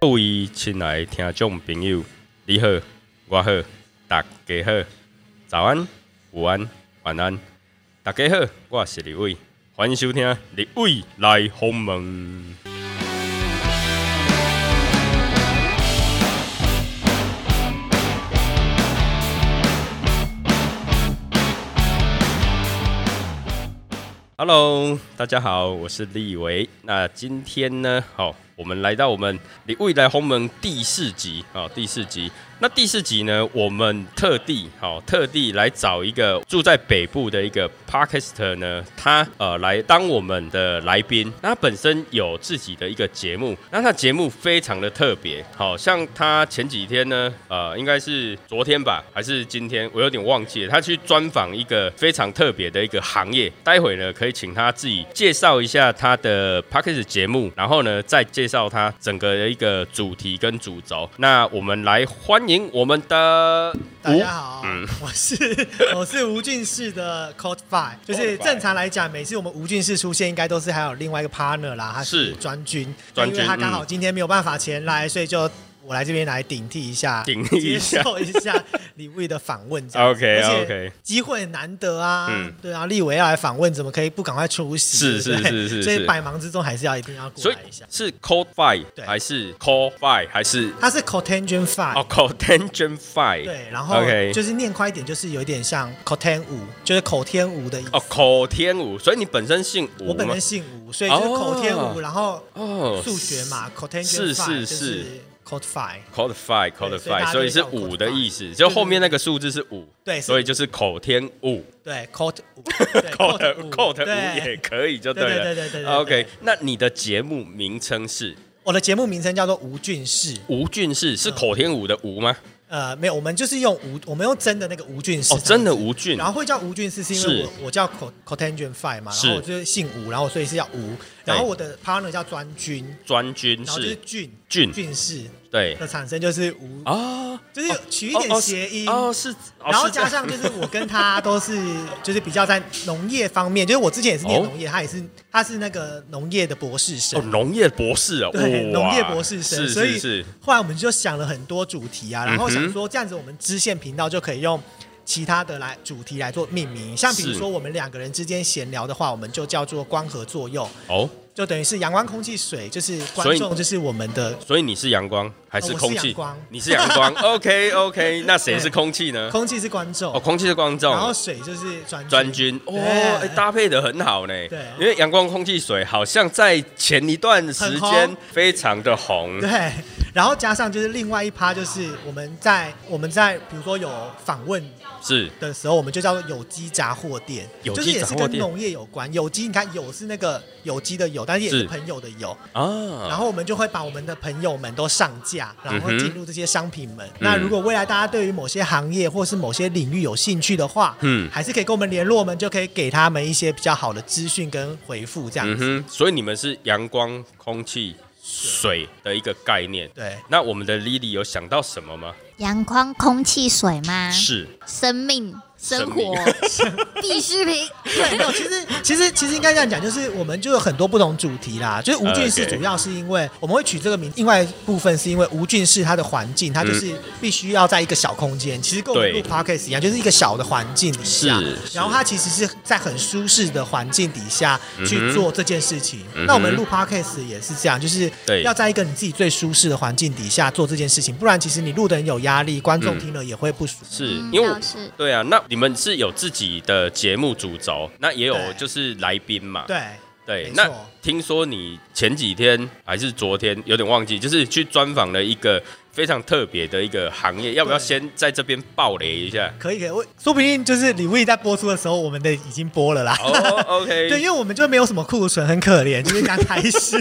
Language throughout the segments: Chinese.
各位亲爱的听众朋友，你好，我好，大家好，早安、午安、晚安，大家好，我是李伟，欢迎收听《李伟来访问》。Hello，大家好，我是立维。那今天呢，好、我们来到我们你未来鸿门第四集啊、好第四集。那第四集呢，我们特地好、特地来找一个住在北部的一个 Parker 呢，他呃来当我们的来宾。那他本身有自己的一个节目，那他节目非常的特别，好、像他前几天呢，呃，应该是昨天吧，还是今天，我有点忘记了，他去专访一个非常特别的一个行业。待会呢，可以请他自己介绍一下他的 p a c k a g e 节目，然后呢，再介绍他整个的一个主题跟主轴。那我们来欢迎我们的大家好，嗯我是 我是吴俊士的 c o d f i 就是正常来讲，每次我们吴俊士出现，应该都是还有另外一个 partner 啦，他是是专军，专军因为他刚好嗯今天没有办法前来，所以就我来这边来顶替一下，顶替一下接受一下李卫的访问这样子 OK 而且 OK，机会很难得啊，嗯对啊，立委要来访问，怎么可以不赶快出席？是对不对是是是所是以百忙之中还是要一定要过所以来一下。是 Cold Five 对还是 Cold Five 还是他是 contingent five，、哦 Contention Five？对，然后 OK 就是念快一点，就是有点像口天舞，就是口天舞的意思。哦口天舞，所以你本身姓我吴本吗人？姓吴，所以就是口天哦吴，然后哦数学嘛口天是是就是 code five， Codify 对所以 Codify，大家所以就是叫五 codify 的意思，就后面那个数字是五，对是所以就是口天五 对 code 五，Code 五 Code 五也对。可以就了。对对对对对对 OK，那你的节目名称是我的节目名称叫做吴俊士，吴俊士，是口天五的吴吗？呃，没有，我们就是用吴，我们用真的那个吴俊士，哦，真的。吴俊然。后会叫吴俊士，是因为是我我叫 co contingent five 嘛，是然后我就是姓吴，然后所以是叫吴，然后我的 partner 叫专军，专军然后就是是，俊俊俊士对的产生就是吴，啊，就是取一哦点哦谐音哦，是，哦然后是这加样上就是我跟他都是就是比较在农业方面，就是我之前也是念农业，他也是他是那个农业的博士哦，生，农业博士啊，对，哇农业博士生，是所是以是，后来我们就想了很多主题啊，然后嗯想哼说这样子我们支线频道就可以用。其他的来主题来做命名，像比如是说我们两个人之间闲聊的话，我们就叫做光合作用，哦，就等于是阳光、空气、水，就是所观以众就是我们的所以你是阳光还哦是我是空气阳光？ 你是阳光，OK OK，那谁是对空气呢？空气是观众，哦，空气是观众，然后水就是专专军哦，对哎搭配的很好呢。对啊因为阳光、空气、水好像在前一段时很间红非常的 红。对，然后加上就是另外一趴，就是我们在我们在比如说有访问是的时候，我们就叫做有机杂货店，有机就是也杂是货跟店农业有关。有机，你看有是那个有机的有，但是也是是朋友的有。然啊，后我们就会把我们的朋友们都上架，然后嗯哼会进入这些商品嗯门。那如果未来大家对于某些行业或是某些领域有兴趣的话，嗯嗯，还是可以跟我们联络，我们就可以给他们一些比较好的资讯跟回复这样嗯子。哼，所以你们是阳光、空气、水的一个概念。对，那我们的 Lily 有想到什么吗？阳光、空气、水吗？是生命、生生命活 必需品。 对，没有，其实其实其实应该这样讲，就是我们就有很多不同主题啦。就是吴俊士 OK 主要是因为我们会取这个名，另外一部分是因为吴俊士他的环境，他就是必须要在一个小空间，其实跟我们嗯对录 podcast 一样，就是一个小的环境底下是，然后他其实是在很舒适的环境底下去做这件事情。嗯嗯哼那我们录 podcast 也是这样，就是对要在一个你自己最舒适的环境底下做这件事情，不然其实你录的人有压力，观众嗯听了也会不舒服。是，嗯因为我倒是对啊，那你们是有自己的节目主轴，那也有对就是来宾嘛。对，对，没那错听说你前几天还是昨天，有点忘记，就是去专访了一个非常特别的一个行业，要不要对先在这边爆雷一下？可以可以，我说不定就是李卫在播出的时候，我们的已经播了啦。 哦、o k 对，因为我们就没有什么库存，很可怜，就是刚开 始。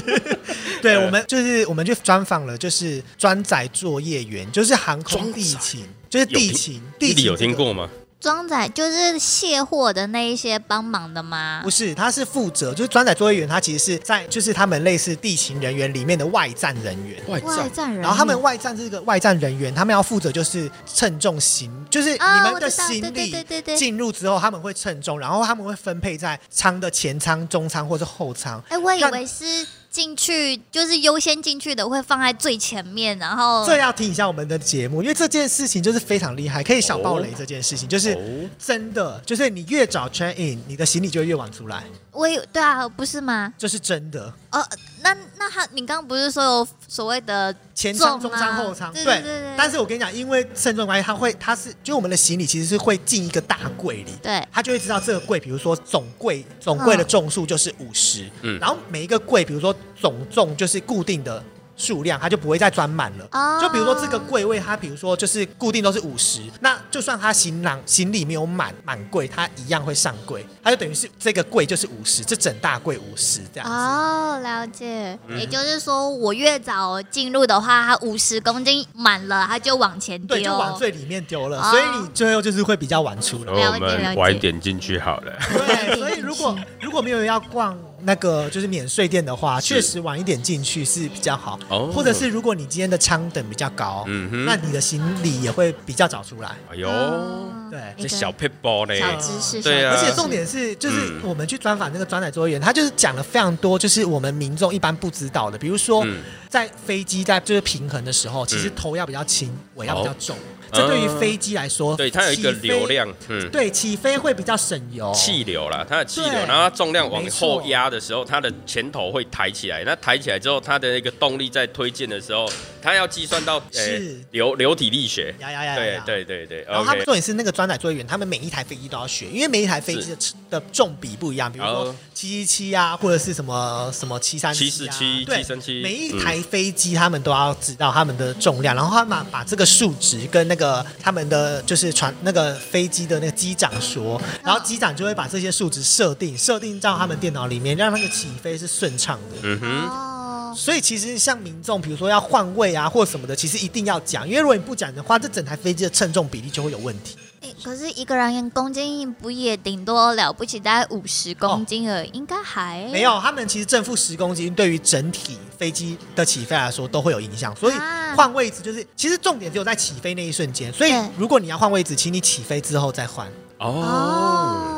对，我们就是我们就专访了，就是专载作业员，就是航空地勤，就是地勤。地弟弟勤有听这个？过吗？装载就是卸货的那一些帮忙的吗不？是，他是负责，就是专载作业员，他其实是在就是他们类似地勤人员里面的外站人员。外外站人员，然后他们外站这个外站人员，他们要负责就是称重行，就是啊你们的我知道行对对对对对李进入之后，他们会称重，然后他们会分配在舱的前舱、中舱或是后舱。哎，我以让为是进去就是优先进去的会放在最前面，然后这要听一下我们的节目，因为这件事情就是非常厉害，可以小爆雷哦这件事情，就是哦真的，就是你越早 check in，你的行李就会越晚出来，我有对啊，不是吗？这是真的。哦，那那他你刚刚不是说有所谓的前舱、重中啊舱、后舱，对对对对但是我跟你讲，因为慎重关系，它会，它是，就我们的行李其实是会进一个大柜里，对他就会知道这个柜，比如说总柜，嗯总柜的重数就是五十、嗯然后每一个柜，比如说总重就是固定的数量，它就不会再装满了。哦就比如说这个柜位，它比如说就是固定都是五十，那就算它行囊行李没有满满柜，它一样会上柜，它就等于是这个柜就是五十，这整大柜五十这样子。嗯哦，了解。也就是说，我越早进入的话，它五十公斤满了，它就往前丢。对，就往最里面丢了，哦所以你最后就是会比较晚出来。然后哦我了们解晚一点进去好了。 对，所以如果如果没有人要逛那个就是免税店的话，确实晚一点进去是比较好。哦或者是如果你今天的舱等比较高，嗯哼那你的行李也会比较早出来。哎呦，哦对一这个小 p i t b a l 嘞，小知识，对啊而小知识且重点是，就是嗯我们去专访那个专载作业员，他就是讲了非常多，就是我们民众一般不知道的，比如说嗯在飞机在就是平衡的时候，其实嗯头要比较轻，尾要比较重。哦这对于嗯飞机来说，对，它有一个起飞流，量，嗯，对，起飞会比较省油。气流啦，它的气流，对然后它重量往没错后压的时候，它的前头会抬起来。那抬起来之后，它的那个动力在推进的时候，它要计算到呃是流流体力学。呀呀呀！呀对呀对对对然后他们，OK，重点是那个专载作业员，他们每一台飞机都要学，因为每一台飞机的的重比不一样，比如说哦七七七啊，或者是什么什么七三嗯747对， 737每一台飞机他们都要知道他们的重量，然后他们把这个数值跟那个他们的就是船那个飞机的那个机长说，然后机长就会把这些数值设定设定到他们电脑里面，让那个起飞是顺畅的。嗯哼，哦，所以其实像民众，比如说要换位啊或什么的，其实一定要讲，因为如果你不讲的话，这整台飞机的称重比例就会有问题。诶可是一个人公斤不也顶多了不起大概五十公斤而已，应该还哦没有，他们其实正负十公斤对于整体飞机的起飞来说都会有影响，所以啊换位置就是其实重点只有在起飞那一瞬间。所以对如果你要换位置，请你起飞之后再换。哦，哦。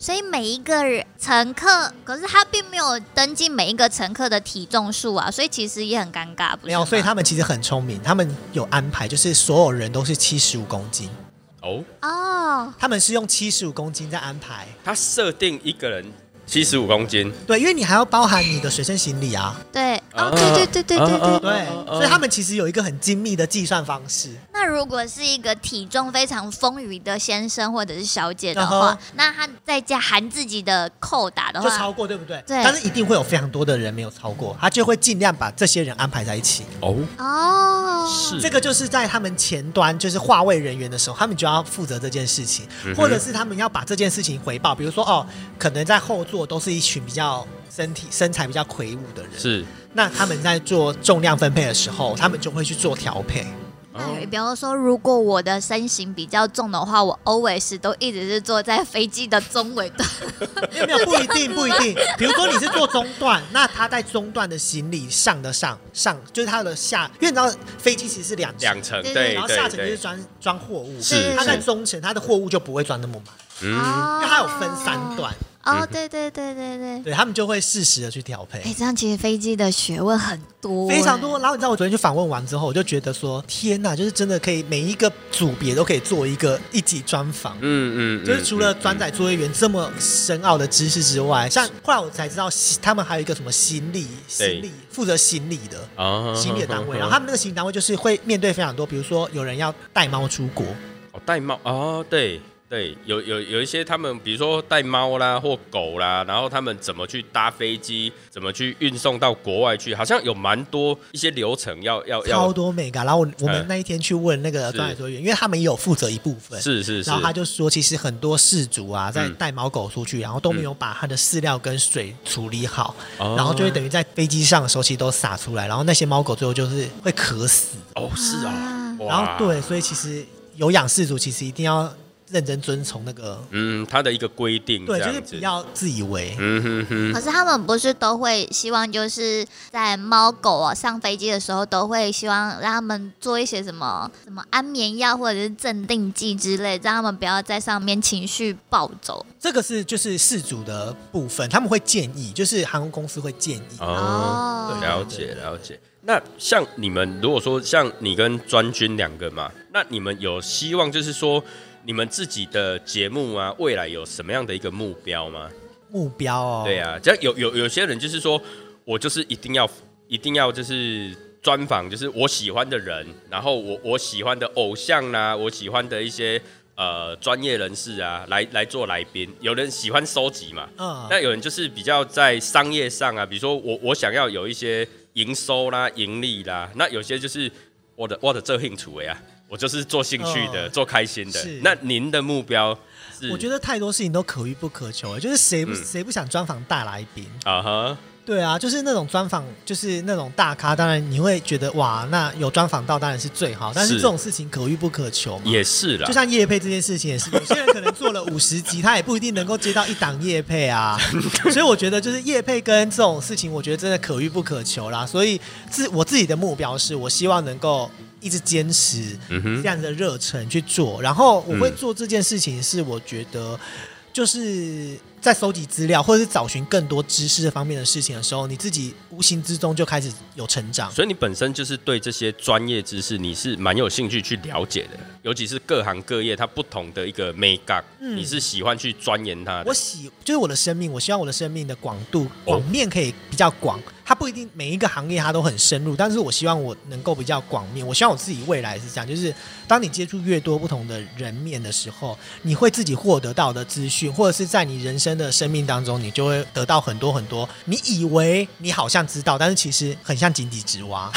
所以每一个人乘客，可是他并没有登记每一个乘客的体重数啊，所以其实也很尴尬，不是吗？没有，所以他们其实很聪明，他们有安排，就是所有人都是七十五公斤，哦，哦，他们是用七十五公斤在安排。它设定一个人七十五公斤，对，因为你还要包含你的随身行李啊，对，哦，啊对对对对对对啊啊对，所以他们其实有一个很精密的计算方式。那如果是一个体重非常丰腴的先生或者是小姐的嗯话哼，那他在家含自己的扣打的就超话，过，对不对？哦对但是一定会有非常多的人没有超过，他就会尽量把这些人安排在一起。哦，哦，是这个就是在他们前端，就是话位人员的时候，他们就要负责这件事情，嗯或者是他们要把这件事情回报。比如说，哦，可能在后座都是一群比较身体身材比较魁梧的人，是，那他们在做重量分配的时候，他们就会去做调配。那哦比方说，如果我的身形比较重的话，我 always 都一直是坐在飞机的中尾端。没有没有，不一定不一定。比如说你是做中段，那他在中段的行李上的上上，就是他的下，因为你知道飞机其实是两层两层，对对然后对下层就是对，装装货物，是它在是中层它的货物就不会装那么满，嗯，因为它有分三段，哦，对对对对对。对他们就会适时的去调配。哎，这样其实飞机的学问很多，非常多，。然后你知道我昨天去访问完之后，我就觉得说，天呐，就是真的可以每一个组别都可以做一个一级专访，嗯嗯，就是除了转载作业员这么深奥的知识之外，嗯像后来我才知道，他们还有一个什么行李，行李负责行李的，啊行李的单位，然后他们那个行李单位就是会面对非常多，比如说有人要带猫出国，哦，带猫哦，对对，有有有一些他们，比如说带猫啦或狗啦，然后他们怎么去搭飞机，怎么去运送到国外去，好像有蛮多一些流程要要超要，多美感。然后我我们嗯那一天去问那个是专业作业员，因为他们也有负责一部分。是是是然，后他就说，其实很多事主啊，在嗯带猫狗出去，然后都没有把它的饲料跟水处理好，哦然后就会等于在飞机上的时候，其实都洒出来，然后那些猫狗最后就是会渴死。哦是啊，哇然后对，所以其实有养饲主其实一定要认真遵从那个，嗯，它的一个规定这对，就是样不子。要自以为。嗯哼哼，可是他们不是都会希望，就是在猫狗啊上飞机的时候，都会希望让他们做一些什么什么安眠药或者是镇定剂之类，让他们不要在上面情绪暴走。这个是就是事主的部分，他们会建议，就是航空公司会建议。哦，对了解了解。那像你们如果说像你跟专军两个嘛，那你们有希望就是说你们自己的节目啊，未来有什么样的一个目标吗？目标哦，对啊，只要有有有些人就是说我就是一定要一定要就是专访，就是我喜欢的人，然后我我喜欢的偶像啦、我喜欢的一些呃专业人士啊，来来做来宾。有人喜欢收集嘛，嗯，那有人就是比较在商业上啊，比如说我我想要有一些营收啦、盈利啦，那有些就是我的我的这兴趣呀、啊，我就是做兴趣的，哦做开心的是。那您的目标是？我觉得太多事情都可遇不可求，就是谁不、嗯谁不想专访大来宾？啊哈，对啊，就是那种专访，就是那种大咖，当然你会觉得哇，那有专访到当然是最好，但是是这种事情可遇不可求嘛。也是啦就，像叶配这件事情也是，有些人可能做了五十集，他也不一定能够接到一档叶配啊。所以我觉得就是叶配跟这种事情，我觉得真的可遇不可求啦。所以自我自己的目标是我希望能够一直坚持嗯哼这样的热忱去做，然后我会嗯做这件事情是我觉得就是。在搜集资料或者是找寻更多知识方面的事情的时候，你自己无形之中就开始有成长。所以你本身就是对这些专业知识你是蛮有兴趣去了解的，尤其是各行各业它不同的一个 make up，、你是喜欢去钻研它的嗯我。喜就是我的生命，我希望我的生命的广度哦广面可以比较广，它不一定每一个行业它都很深入，但是我希望我能够比较广面。我希望我自己未来是这样，就是当你接触越多不同的人面的时候，你会自己获得到的资讯，或者是在你人生的生命当中，你就会得到很多很多你以为你好像知道，但是其实很像井底之 蛙。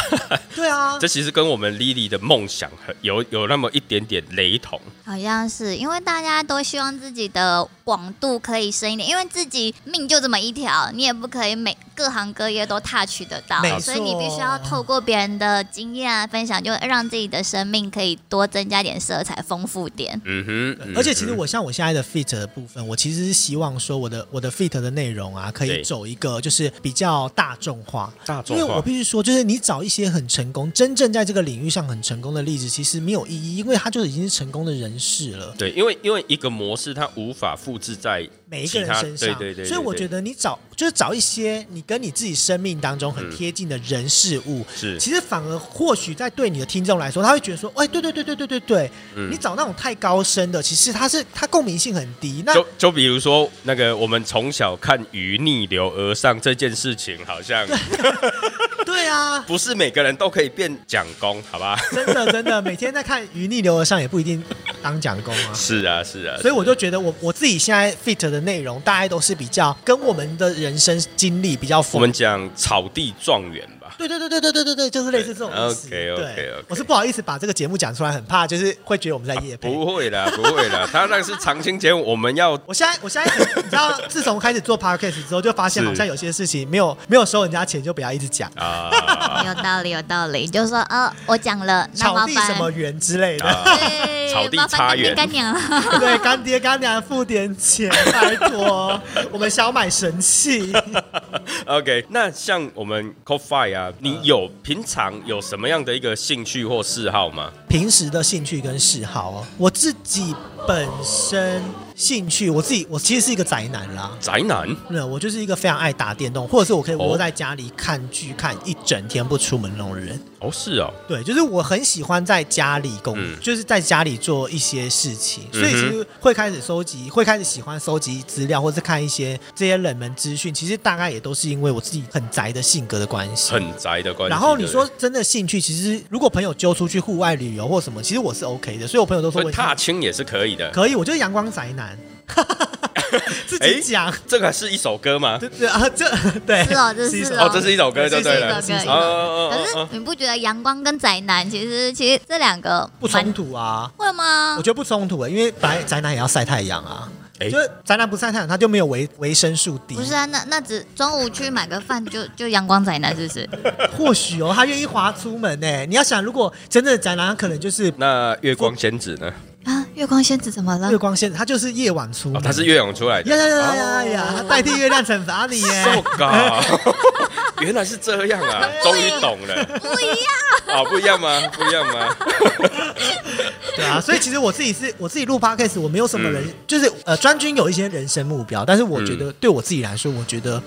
对啊，这其实跟我们 Lily 的梦想很有有那么一点点雷同。好像是因为大家都希望自己的广度可以深一点，因为自己命就这么一条，你也不可以每各行各业都 touch 得到没，错所以你必须要透过别人的经验啊分享，就让自己的生命可以多增加点色彩，丰富点。嗯哼，嗯哼而且其实我像我现在的 fit 的部分，我其实是希望说我的我的 fit 的内容啊，可对以走一个就是比较大众化。大因众为化我必须说，就是你找一些很成功、真正在这个领域上很成功的例子，其实没有意义，因为他就已经是成功的人士了，对，因为因为一个模式它无法复制在每一其个人他身对上。对对对所以我觉得你找就是找一些你跟你自己生命当中很贴近的人事物，嗯是其实反而或许在对你的听众来说，他会觉得说，哎，对对对对对对对，嗯你找那种太高深的，其实他是他共鸣性很低，那就就比如说那个我们从小看鱼逆流而上这件事情，好 像对啊，不是每个人都可以变蒋公，好吧？真的真的，每天在看鱼逆流而上也不一定当讲工啊。是啊，是啊，所以我是就觉得我我自己现在 fit 的内容，大概都是比较跟我们的人生经历比较我符。们讲草地状元吧。对对对对对对对对，就是类似这种意思。对 OK，OK，对 OK 我是不好意思把这个节目讲出来，很怕就是会觉得我们在夜 配。不会啦，不会啦，他那是长青节目，我们要我现在，我现在很，你知道，自从开始做 podcast 之后，就发现是好像有些事情没有没有收人家钱，就不要一直讲 啊有道理，有道理，就说呃，我讲了，那草麻地烦什么园之类的。啊，对，草地麻烦插干爹园干娘了。对，干爹干娘付点钱，拜托，我们小买神器。 OK，那像我们 CoFi 啊，你有平常有什么样的一个兴趣或嗜好吗？平时的兴趣跟嗜好哦，我自己本身兴趣，我自己我其实是一个宅男啦。宅男那我就是一个非常爱打电动，或者是我可以哦窝在家里看剧看一整天不出门那种人。哦，是哦，对，就是我很喜欢在家里工，嗯就是在家里做一些事情，所以其嗯哼实会开始收集，会开始喜欢收集资料，或是看一些这些冷门资讯。其实大概也都是因为我自己很宅的性格的关系。很宅的关系。然后你说对真的兴趣，其实如果朋友揪出去户外旅游或什么，其实我是 OK 的，所以我朋友都不对说所我以踏青也是可以的。可以，我就是阳光宅男， 自己讲。这个是一首歌吗？对对啊，这对是哦这一首是哦，这是一首歌就对了。这是一首歌哦哦可是哦哦你不觉得阳光跟宅男其实其实这两个不冲突啊，会吗我？觉得不冲突欸，因为本来宅男也要晒太阳啊，哎就是宅男不晒太阳，他就没有维维生素 D。不是啊，那那只中午去买个饭就就阳光宅男是不是？或许欸嗯哦，他愿意滑出门呢。你要想，如果真正的宅男，他可能就是那月光仙子呢？啊，月光仙子怎么了月？光仙子，它就是夜晚出哦门，，它是月亮出来呀的。呀呀呀呀，它代替月亮惩罚你受耶！搞， 原来是这样啊！终于懂了不一样，啊，不一样吗？不一样吗？对啊，所以其实我自己是我自己录 podcast，我没有什嗯么人，就是呃，专军有一些人生目标，但是我觉得、对我自己来说，我觉得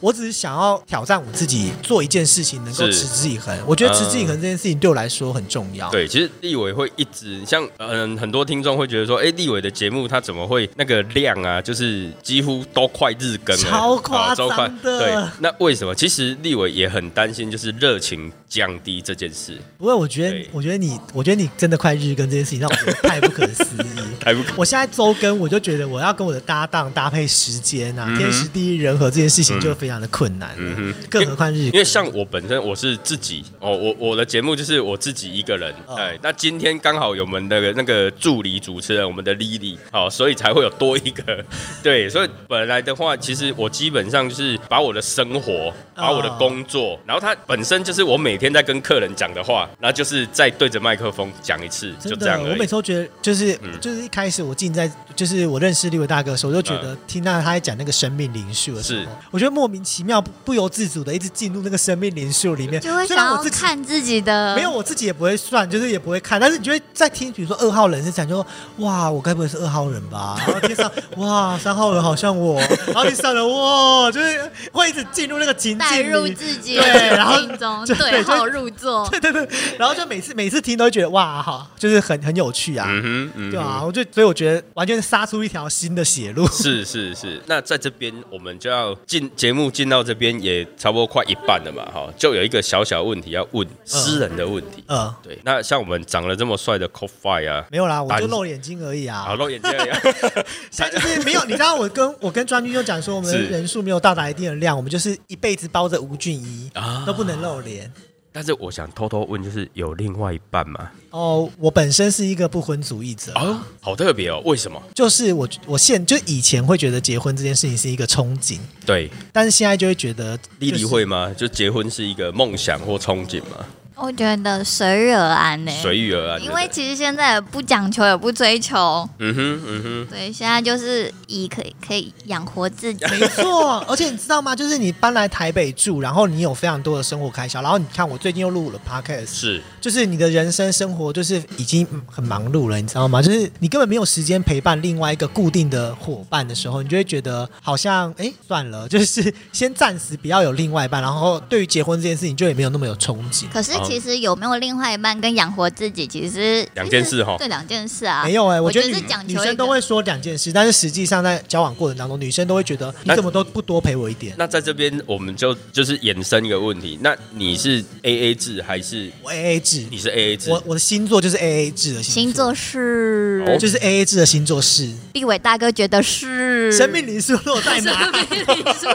我只是想要挑战我自己，做一件事情能够是持之以恒。我觉得持之以嗯恒这件事情对我来说很重要。对，其实立伟会一直像嗯，很多听众会觉得说，哎、立伟的节目他怎么会那个量啊，就是几乎都快日更了，超夸啊张都的快对，那为什么？其实立伟也很担心，就是热情降低这件事，不过我觉得对，。我觉得你，我觉得你真的快日更这件事情让我觉得太不可思议太不可我现在周更，我就觉得我要跟我的搭档搭配时间啊，嗯哼天时地利人和这件事情就非常的困难了，嗯哼更何况日更。因为像我本身我是自己哦，我我的节目就是我自己一个人，哦哎、那今天刚好有我们的那个助理主持人，我们的 Lily，好、所以才会有多一个， 对，所以本来的话，其实我基本上就是把我的生活，把我的嗯工作，然后它本身就是我每天在跟客人讲的话，然后就是再对着麦克风讲一次，就真这的欸样，而我每已次。都觉得，就是、嗯就是一开始我进在，就是我认识立伟大哥的时候，我就觉得听到他在讲那个生命灵数的时嗯是候，我觉得莫名其妙不不由自主的一直进入那个生命灵数里面，就会虽然想我要自己看啊自己的。没有，我自己也不会算，就是也不会看，但是你就会在听，比如说二号人是讲，就说哇，我该不会是二号人 吧？然后天上哇，三号人好像我，然后第三人哇，就是会一直进入那个情带境入里。自己对的然后情境中，就对对就号入座。 对对对，然后就每次每次听都会觉得哇，好，就是很很有趣啊，嗯哼，嗯哼对啊，我就所以我觉得完全杀出一条新的血 路。是是是，那在这边我们就要进节目进到这边也差不多快一半了嘛，哈，就有一个小小问题要问私人的问题。呃，对，那像我们长得这么帅的 c o f i 啊，没有啦，我就单露眼睛而已啊好。露眼睛而已啊，现在就是没有，你知道我跟我跟专军就讲说，我们的是人数没有到达一定的量，我们就是一辈子包着吴俊一啊都不能露脸。但是我想偷偷问，就是有另外一半吗？哦，我本身是一个不婚主义者，哦，好特别哦，为什么？就是我我现就以前会觉得结婚这件事情是一个憧憬，对，但是现在就会觉得、丽就是丽会吗？就结婚是一个梦想或憧憬吗？我觉得随遇而安呢、随遇而安的。因为其实现在也不讲求，也不追求，嗯哼嗯哼，对，现在就是以可以可以养活 自己。没错， 而且你知道吗？就是你搬来台北住，然后你有非常多的生活开销，然后你看我最近又录了 podcast，是就是你的人生生活就是已经很忙碌了，你知道吗？就是你根本没有时间陪伴另外一个固定的伙伴的时候，你就会觉得好像哎、诶算了， 就是先暂时不要有另外一半，然后对于结婚这件事情就也没有那么有憧憬。可是其实有没有另外一半跟养活自己，其实两件事哈对，两件事啊。没有哎、我我觉得是女讲女求一生都个会说两件事，但是实际上在交往过程当中，女生都会觉得你那怎么都不多陪我一点。那在这边我们就就是衍生一个问题，那你是 A A 制还是我 A A 制，你是 A A 制？我我的星座就是 A A 制的星星座，座嗯是哦就是 A A 制的星座是立伟大哥觉得是生命灵数落在 生哪？命灵数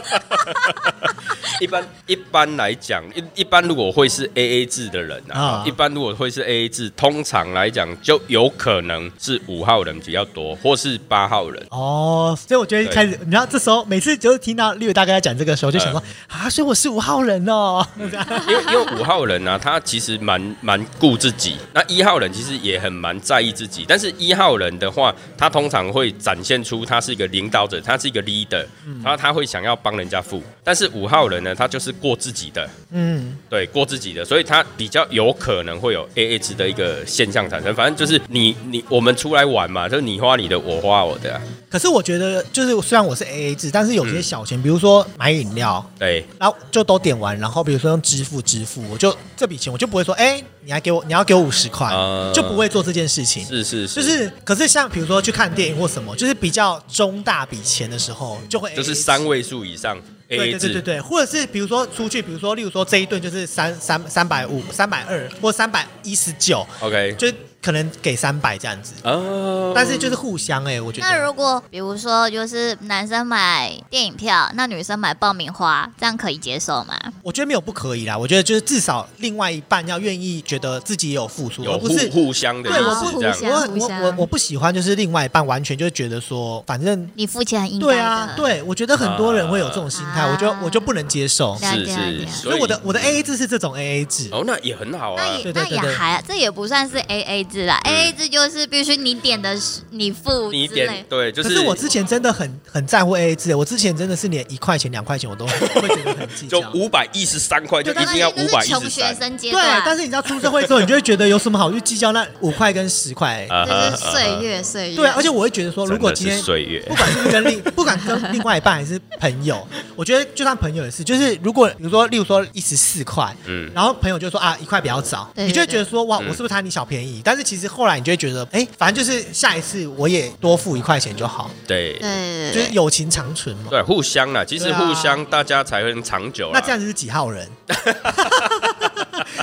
一般一般来讲，一一般如果会是 A A 制的人啊，啊一般如果会是 A A 制，通常来讲就有可能是五号人比较多，或是八号人。哦，所以我觉得一开始，你知道，这时候每次就是听到六大概在讲这个时候，嗯就想说、啊，所以我是五号人哦。因为因为五号人啊，他其实蛮蛮顾自己，那一号人其实也很蛮在意自己，但是一号人的话，他通常会展现出他是一个领导者，他是一个 leader，、然后他会想要帮人家付，但是五号人呢，他就是过自己的，嗯，对，过自己的，所以他比较有可能会有 A A 制的一个现象产生。反正就是你你我们出来玩嘛，就是你花你的，我花我的、啊，可是我觉得，就是虽然我是 A A 制，但是有些小钱，比如说买饮料，对，然后就都点完，然后比如说用支付支付，我就这笔钱我就不会说，哎、你还给我你要给我五十块啊，就不会做这件事情。是是是，就是，可是像比如说去看电影或什么，就是比较中大笔钱的时候，就会哎 AA 就是制三位数以上 A 对 A 对制，对对对，或者是比如说出去，比如说例如说这一顿就是三三三百五、三百二或三百一十九， OK，就是可能给三百这样子，哦但是就是互相哎、我觉那得如果比如说就是男生买电影票，那女生买爆米花，这样可以接受吗？我觉得没有不可以啦，我觉得就是至少另外一半要愿意觉得自己也有付出，而有不互是。互相的对，我意不，思我这样。相互我相我我不喜欢，就是另外一半完全就觉得说，反正你付钱应该的。对啊，对，我觉得很多人会有这种心态，啊我就我就不能接受。对啊是对啊对是，啊所以我的我的 A A 制是这种 A A 制，哦，那也很好啊那。也对那对也对对还，这也不算是 A A 制只啦、a A 制就是必须你点的是你付你一之点类对，就可是我之前真的很很在乎 AA 制，我之前真的是连一块钱两块钱我都很会觉得很计 较就。五百一十三块，就对，一定要那五是百一穷十学三。生阶对，段，但是你知道出社会之后，你就会觉得有什么好去计较那五块跟十块？啊哈就是岁月岁月。对啊，而且我会觉得说，如果今天岁月不管是不是跟另不管跟另外一半还是朋友，我觉得就算朋友也是，就是如果比如说，例如说一十四块，嗯然后朋友就说啊一块比较早，对你就会对觉得说哇，嗯我是不是贪你小便宜？但是其实后来你就会觉得，哎，反正就是下一次我也多付一块钱就好，对对就对是友情长存嘛。对，互相啦，其实对啊互相大家才会长久啦。那这样子是几号人？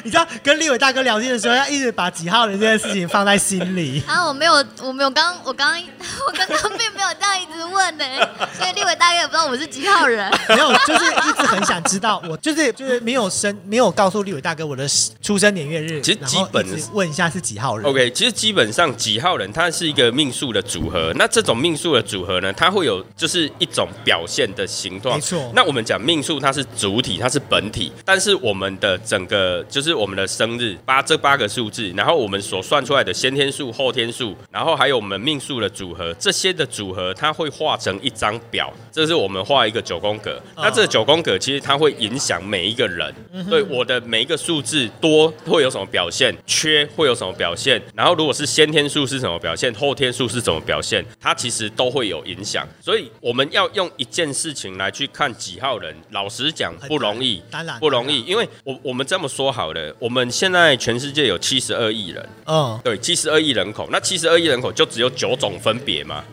你知道跟立伟大哥聊天的时候，要一直把几号人这件事情放在心里。啊，我没有，我没有刚，我刚， 我刚刚并没有这样一直问呢、所以立伟大概也不知道我是几号人。没有，就是一直很想知道，我就是就是没有生没有告诉立伟大哥我的出生年月日，其实然后基本一直问一下是几号人。 OK，其实基本上几号人，它是一个命数的组合。那这种命数的组合呢，它会有就是一种表现的形状。没错那我们讲命数，它是主体，它是本体，但是我们的整个就是我们的生日八这八个数字，然后我们所算出来的先天数、后天数，然后还有我们命数的组合，这些的组合，它会画成一张表。这是我们画一个九宫格。哦那这个九宫格其实它会影响每一个人。对我的每一个数字多会有什么表现，缺会有什么表现，然后如果是先天数是什么表现，后天数是怎么表现，它其实都会有影响。所以我们要用一件事情来去看几号人，老实讲很不容易，当然不容易，当因为我我们这么说好了，我们现在全世界有七十二亿人，嗯，对，七十二亿人口，那七十二亿人口就只有九种分别 嘛？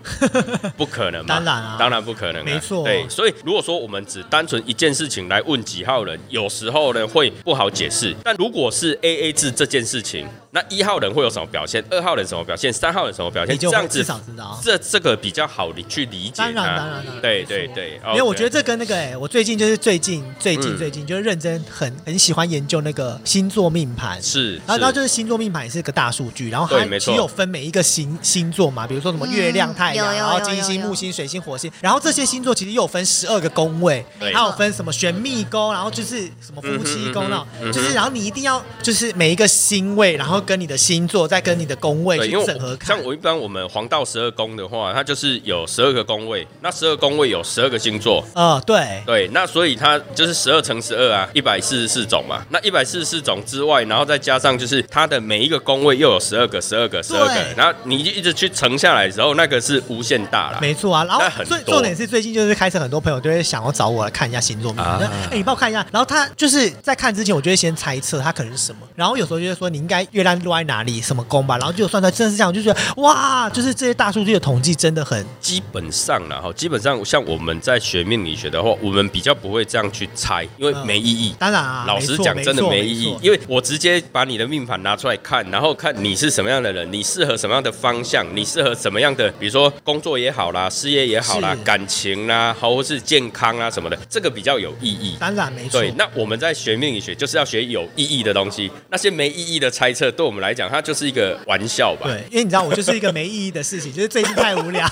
不可能嘛？当然啊当然不可能、啊，没错对，所以如果说我们只单纯一件事情来问几号人，有时候呢会不好解释。但如果是 A A 制这件事情，那一号人会有什么表现？二号人什么表现？三号人什么表现？你就这会样子至，少知道。这这个比较好你去理解它。当然当然当然对没错对对。没有，我觉得得这跟那个哎、我最近就是最近最近嗯最近、就是认真很很喜欢研究那个星座命盘。是，然后，然后就是是星座命盘也是个大数据，然后它对没错其实有分每一个星星座嘛，比如说什么月亮、嗯太阳，有有然后有金有星、有木星、水星、火星，然后这些星座其实又有分十二个宫位，对还有分什么玄秘宫，然后就是什么夫妻嗯宫哼那种嗯哼，就是然后你一定要就是每一个星位，然后跟你的星座再跟你的宫位对，去因为整合我看像。我一般我们黄道十二宫的话，它就是有十二个宫位，那十二宫位有十二个星座，呃，对，对，那所以它就是十二乘十二啊，一百四十四种嘛。那一百四十四种之外，然后再加上就是它的每一个宫位又有十二个、十二个、十二个对，然后你就一直去乘下来的时候，那个是无限大啦。没错啊，然那后很最多重点是最近就是开始很多朋友都会想要找我来看一下星座命啊盘，那哎、你帮我看一下。然后他就是在看之前，我就会先猜测他可能是什么，然后有时候就会说你应该月亮落在哪里，什么宫吧，然后就算出来真的是这样，我就觉得哇，就是这些大数据的统计真的很基本上啦，哈，基本上像我们在学命理学的话，我们比较不会这样去猜，因嗯为没意义。当然啊，老实讲，没错真的没意义，。因错为我直接把你的命盘拿出来看，然后看你是什么样的人，你适合什么样的方向，你适合什么样的，比如说工作也好啦，事业也好啦是，感情啦，好或是健康啊什么的，这个比较有意义。当然没错，对，那我们在学命理学就是要学有意义的东西，那些没意义的猜测，对我们来讲，它就是一个玩笑吧。对，因为你知道我就是一个没意义的事情，就是最近太无 聊。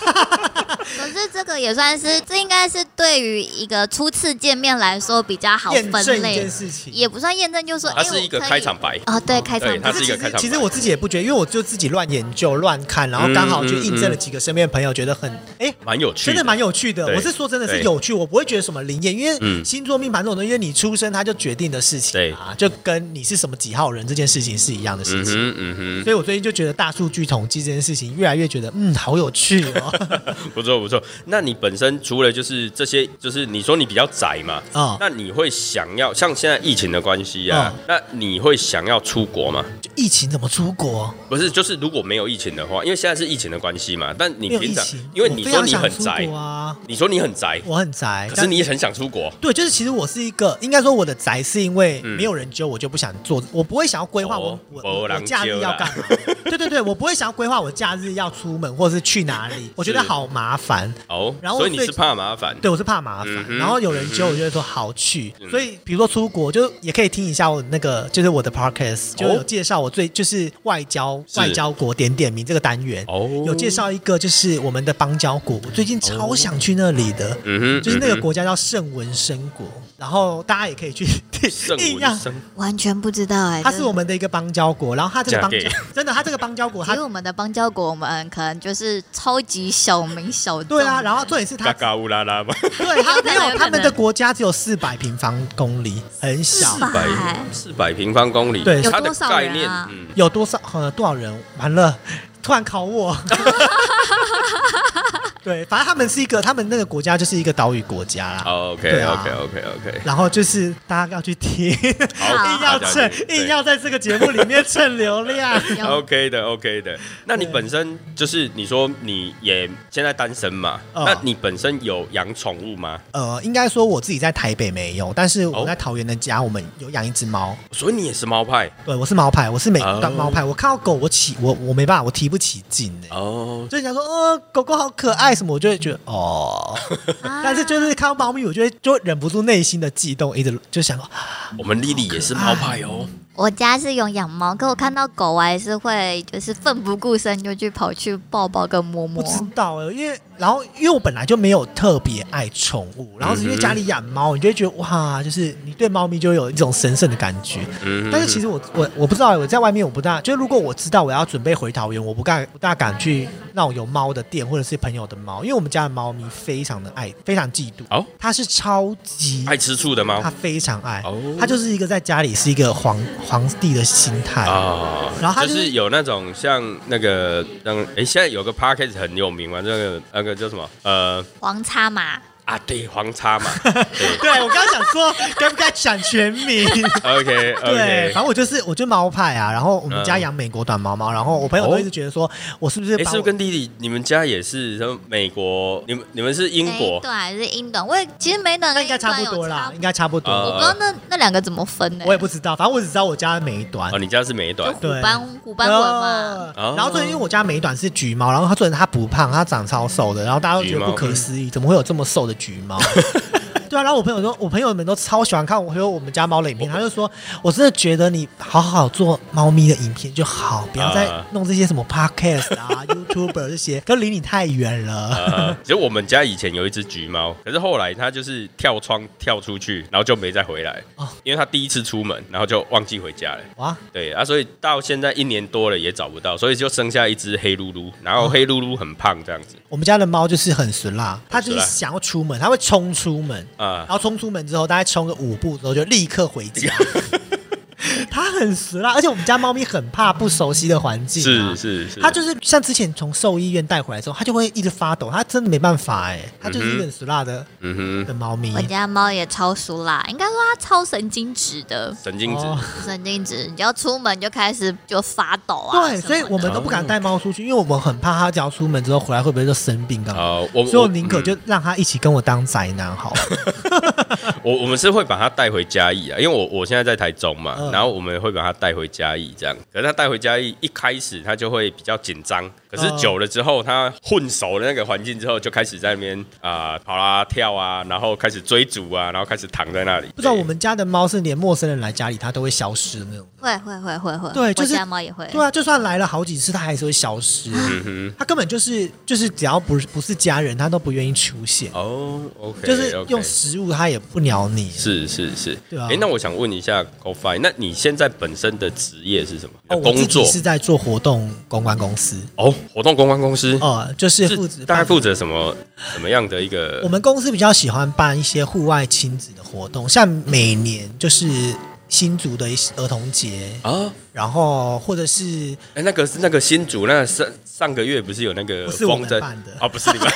可是这个也算是，这应该是对于一个初次见面来说比较好验证分一类件，事情。也不算验证，就是说，它哎，是一个我可以开场白。哦，对，开场对白它是一其个实开场白其实我自己也不觉得，因为我就自己乱研究、乱看，然后刚好就嗯印证了几个身边的朋友，觉得很哎、蛮有趣的真的蛮有趣的。对我是说真的是对有趣，我不会觉得什么灵验，因为嗯星座命盘这种东西，因为你出生它就决定的事情啊，就跟你是什么几号人这件事情是一样的事嗯情。哼，嗯所以我最近就觉得大数据统计这件事情越来越觉得嗯好有趣 哦，哼，不错不错。那你本身除了就是这些，就是你说你比较宅嘛，哦那你会想要像现在疫情的关系啊，嗯那你会想要出国吗？就疫情怎么出国？不是，就是如果没有疫情的话，因为现在是疫情的关系嘛，但你没有平疫常情，，因为你我非说常你想很出宅国，啊，你说你很宅，我很宅，可但是你也很想出国，对，就是其实我是一个，应该说我的宅是因为嗯没有人揪，我就不想做，我不会想要规划我、哦我没我我人假日揪要啦干嘛。对对对，我不会想要规划我假日要出门或者是去哪里，我觉得是好麻烦。哦，然后所以你最是怕麻烦，对，我是怕麻烦，嗯哼然后有人揪，嗯哼我就会说好去。嗯所以，比如说出国，就也可以听一下我那个，就是我的 podcast，就有介绍我最就是外交哦是外交国点点名这个单元，哦哦有介绍一个就是我们的邦交国，我最近超想去那里的。嗯哼， 就是那个嗯哼国家叫圣文森国，然后大家也可以去体圣 硬文要。生完全不知道哎、它是真的我们的一个邦交国，然后它这个邦交嫁给真的，它这个邦交国，其它实我们的邦交国，我们可能就是超级小民小 众。对啊，然后重点是它嘎，嘎乌拉拉嘛，对它没有可能有有他可们能的国家只有四百平方公里，很小是。吧百四百平方公里，对它有的多少概人念，啊嗯，有多少呃多少人？完了，突然考我。 对，反正他们是一个，他们那个国家就是一个岛屿国家啦。好，OK 对啊 OK OK OK，然后就是大家要去 听，硬好，硬要大家蹭就，对硬要在这个节目里面 蹭流量。有 OK 的，OK 的。那你对本身就是你说你也现在单身嘛？哦那你本身有养宠物吗？呃，应该说我自己在台北没有，但是哦我在桃园的家，我们有养一只猫。所以你也是猫派对，我是猫派，我是美哦当猫派。我看到狗，我起我我没办法，我提不起劲哎、哦。就人家说，哦，狗狗好可爱什么，我就会觉得哦。嗯 啊但是就是看到猫咪，我就会就忍不住内心的悸动，一直就想说，啊我们丽丽也是猫派哦。我家是有养猫，可我看到狗，我还是会就是奋不顾身就去跑去抱抱跟摸不摸。知道哎、因为然后因为我本来就没有特别爱宠物，然后嗯是因为家里养猫，你就会觉得哇，就是你对猫咪就有一种神圣的感觉。嗯但是其实实我我我不知道欸，我在外面我不大，就是如果我知道我要准备回桃园，我不敢不大敢去那种有猫的店或者是朋友的猫，因为我们家的猫咪非常的爱，非常嫉妒。哦，它是超级爱吃醋的猫它非常爱哦，它就是一个在家里是一个皇皇帝的心态。啊，然后它就就是是有那种像那个让哎，现在有个 p a r k a s 很有名嘛，那个那个叫什么呃黄叉嘛，啊对黄叉 嘛对 对，我刚刚想说，该不该讲全 名？ ，OK 对， OK 反。正我就是，我就猫派啊。然后我们家嗯养美国短毛猫，然后我朋友哦都一直觉得说，我是不是哎，是把不是我跟弟弟你们家也是什么美国？你们你们是英美国？短还是英短？我也其实美短那跟应该英差短不有多啦差，应该差不呃多。我不知道那那两个怎么分呢、我也不知道，反正我只知道我家的美短哦，。你家是美短就虎对斑虎斑纹嘛，呃哦然后最近因为我家美短是橘猫，然后它虽然它不胖，它长超瘦的，然后大家都觉橘得猫不可思议，怎么会有这么瘦的橘猫？ 对啊，然后我朋友说，我朋友们都超喜欢看我，还有我们家猫的影 片，他就说，我真的觉得你好好做猫咪的影片就好，不要再啊弄这些什么 podcast 啊、YouTuber 这些，都离你太远了。呃，其实我们家以前有一只橘猫，可是后来它就是跳窗跳出去，然后就没再回来。哦因为它第一次出门，然后就忘记回家了。哇，对啊，所以到现在一年多了也找不到，所以就剩下一只黑噜噜，然后黑噜噜很胖这样子我们家的猫就是很损啦，它就很是损辣想要出门，它会冲出门，啊然。后冲出门之后，大概冲个五步之后就立刻回家。 它很死啦，而且我们家猫咪很怕不熟悉的环境、是啊。是是，它就是像之前从兽医院带回来之后，它就会一直发抖，它真的没办法哎、它就是一个很死辣的、嗯哼，的猫咪我。家猫也超疏啦，应该说它超神经质的，神经质。哦神经质，你要出门就开始就发抖啊什么对，的。所以我们都不敢带猫出去，因为我们很怕它只要出门之后回来会不会就生病干嘛。哦，我所以我宁可就嗯让它一起跟我当宅男好了。我我们是会把它带回嘉义啊，因为我我现在在台中嘛，嗯然后我们会把它带回嘉义这样。可是它带回嘉义一开始它就会比较紧张，可是嗯久了之后它混熟了那个环境之后，就开始在那边啊、跑啦跳啊，然后开始追逐啊，然后开始躺在那里。不知道对我们家的猫是连陌生人来家里它都会消失的那种。会会会会会，对就是呃我家猫也会。对啊，就算来了好几次，它还是会消失。嗯哼，他根本就是就是只要不是不是家人，他都不愿意出现，哦，OK，就是用 OK 食物他也不鸟你。是是是，对啊诶那我想问一下 g o f i 那你现在本身的职业是什么？哦，我工自作己是在做活动公关公司，哦，活动公关公司哦、就是负责嗯是大概办负责什么什么样的一个我？们公司比较喜欢办一些户外亲子的活动，像每年就是新竹的一些儿童节，啊，然后或者是哎，那个是那个新竹，那个上上个月不是有那个不是我风们筝办的哦，不是你 们，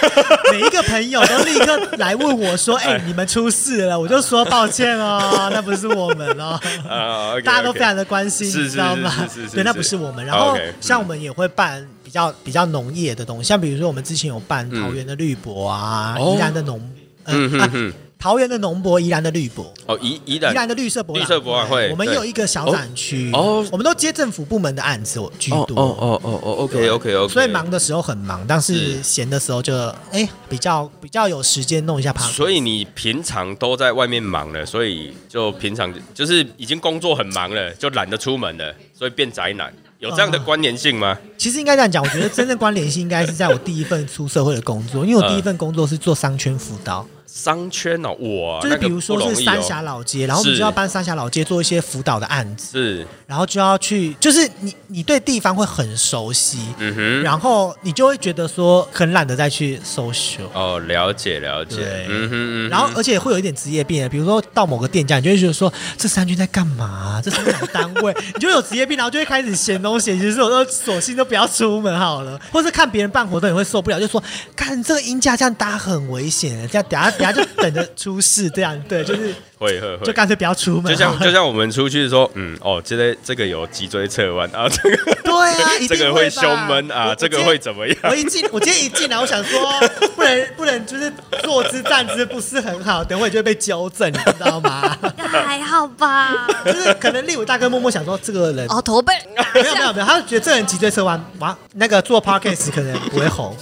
每一个朋友都立刻来问我 说：“哎、你们出事了！”我就说：“抱歉哦，那不是我们哦。”啊，OK，OK 大家都非常的关心，是你知道吗是是是是是？对，那不是我们。然后 OK，嗯像我们也会办比较比较农业的东西，像比如说我们之前有办桃园的绿博啊，哦宜兰的农，嗯嗯哼啊哼，桃园的农博，宜兰的绿博。哦，宜宜宜兰兰的绿色博览绿色博览会我们对也有一个小展区哦哦我们都接政府部门的案子居哦多，哦哦哦哦，OK OK OK，啊所以忙的时候很忙，但是是闲的时候就哎、比较比较有时间弄一下爬。所以你平常都在外面忙了，所以就平常就是已经工作很忙了，就懒得出门了，所以变宅男，有这样的啊关联性吗？其实应该这样讲，我觉得真正关联性应该是在我第一份出社会的工作，因为我第一份工作是做商圈辅导，商圈哦，哇，就是比如说那个不是容易哦三峡老街，然后我们是就要帮三峡老街做一些辅导的案子，是，然后就要去，就是你你对地方会很熟悉，嗯哼，然后你就会觉得说很懒得再去 social。哦，了解了解对，嗯哼嗯哼，然后，而且会有一点职业病的，比如说到某个店家，你就会觉得说这三军在干嘛、这是哪个单位？ 你就有职业病，然后就会开始嫌东嫌西，说呃索性都不要出门 好了，或是看别人办活动也会受不了，就说看这个音架这样搭很危险，这样等下等下就等着出事，这样 对，就是会会会，就干脆不要出门好了，就 像就像我们出去说，嗯，哦，这个这个有脊椎侧弯啊，这个对 啊，一这定个会吧胸闷啊，这个会。怎么样？我我今天我一进，我今天一进来，我想说， 不能不能，就是坐姿站姿不是很好，等会就会被纠正，你知道吗？ 还好吧？就是可能立武大哥默默想说，这个人哦，驼背，没有没有没有，他就觉得这人脊椎侧弯，哇，那个做 podcast 可能不会红，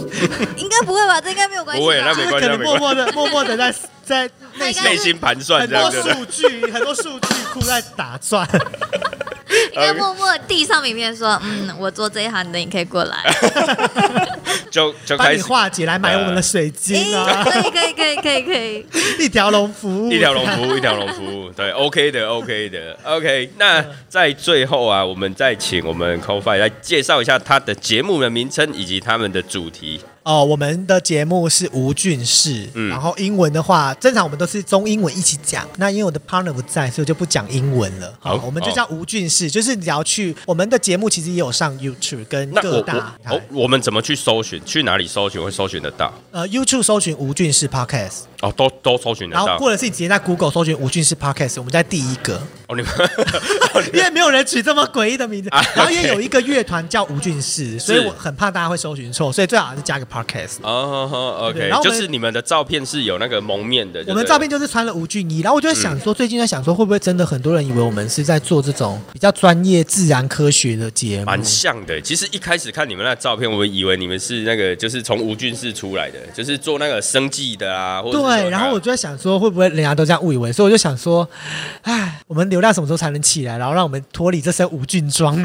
应该不会吧？这应该没有关系不会那吧 没？就是可能默默的默默的在在内心他应该内心盘算很这样多对不对？数据很多数据库在打 转， 应呃该默默递上名片说，嗯，我做这一行的，你可以过 来。就就把开你始化解来买我们的水晶 哎啊，可以可以可以可以可以，一条龙服务，一条龙服 务，一条龙服务，对，OK 的，OK 的，OK。那在最后啊，我们再请我们 CoFi 来介绍一下他的节目的名称以及他们的主题。哦，我们的节目是无菌室，嗯然后英文的话，正常我们都是中英文一起讲。那因为我的 partner 不在，所以我就不讲英文了。好我们就叫无菌室，就是你要去我们的节目，其实也有上 YouTube 跟那各我大我我台我们怎么去搜寻？去哪里搜寻会搜寻得到？呃 YouTube 搜寻无菌室 Podcast，哦，都都搜寻得然后到。或者是你直接在 Google 搜寻无菌室 Podcast，我们在第一个，哦，你们 因为没有人取这么诡异的名字哦啊。然后因为 OK 有一个乐团叫无菌室，所以我很怕大家会搜寻错，所以最好还是加个 Podcast。哦哦对，OK，然后我就们是你们的照片是有那个蒙面的，我们照片就是穿了无菌衣，然后我就在想说，最近在想说，会不会真的很多人以为我们是在做这种比较专业、自然科学的节目？蛮像的。其实一开始看你们那照片，我以为你们是那个就是从吴俊士出来的，就是做那个生计的啊。或者是什么对，的然后我就在想说，会不会人家都这样误以为？所以我就想说，唉，我们流量什么时候才能起来？然后让我们脱离这身无菌装。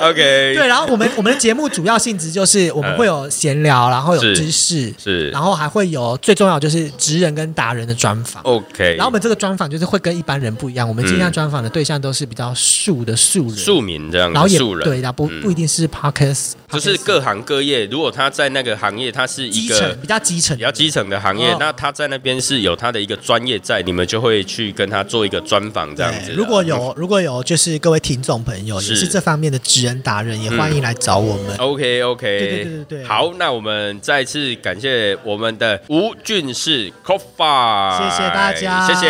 OK，对，然后我们我们的节目主要性质就是我们会有闲聊，然后有是知识，嗯是然后还会有最重要就是职人跟达人的专访。 OK，然后我们这个专访就是会跟一般人不一样，我们今嗯天专访的对象都是比较素的素人，庶民这样然后子，也素人对，然后不、嗯不一定是 podcast，就是各行各业，如果他在那个行业，他是基一个层比较基层比较基层的行业，哦那他在那边是有他的一个专业在，你们就会去跟他做一个专访这样子啊对，的。如果有如果有就是各位听众朋友也是是这方面的职人达人，也欢迎来找我们。 OK OK，对对对对对好，那我们再次感谢我们的吴俊士 Coffee，谢谢大家谢谢谢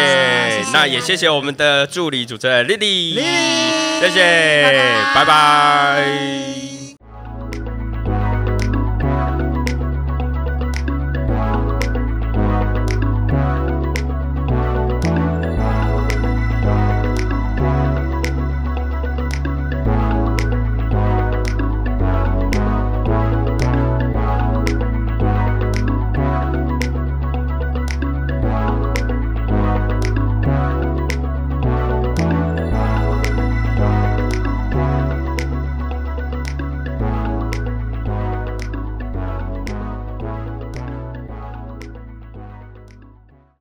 谢那也谢谢我们的助理主持人 Lily， Lily，谢谢，拜拜拜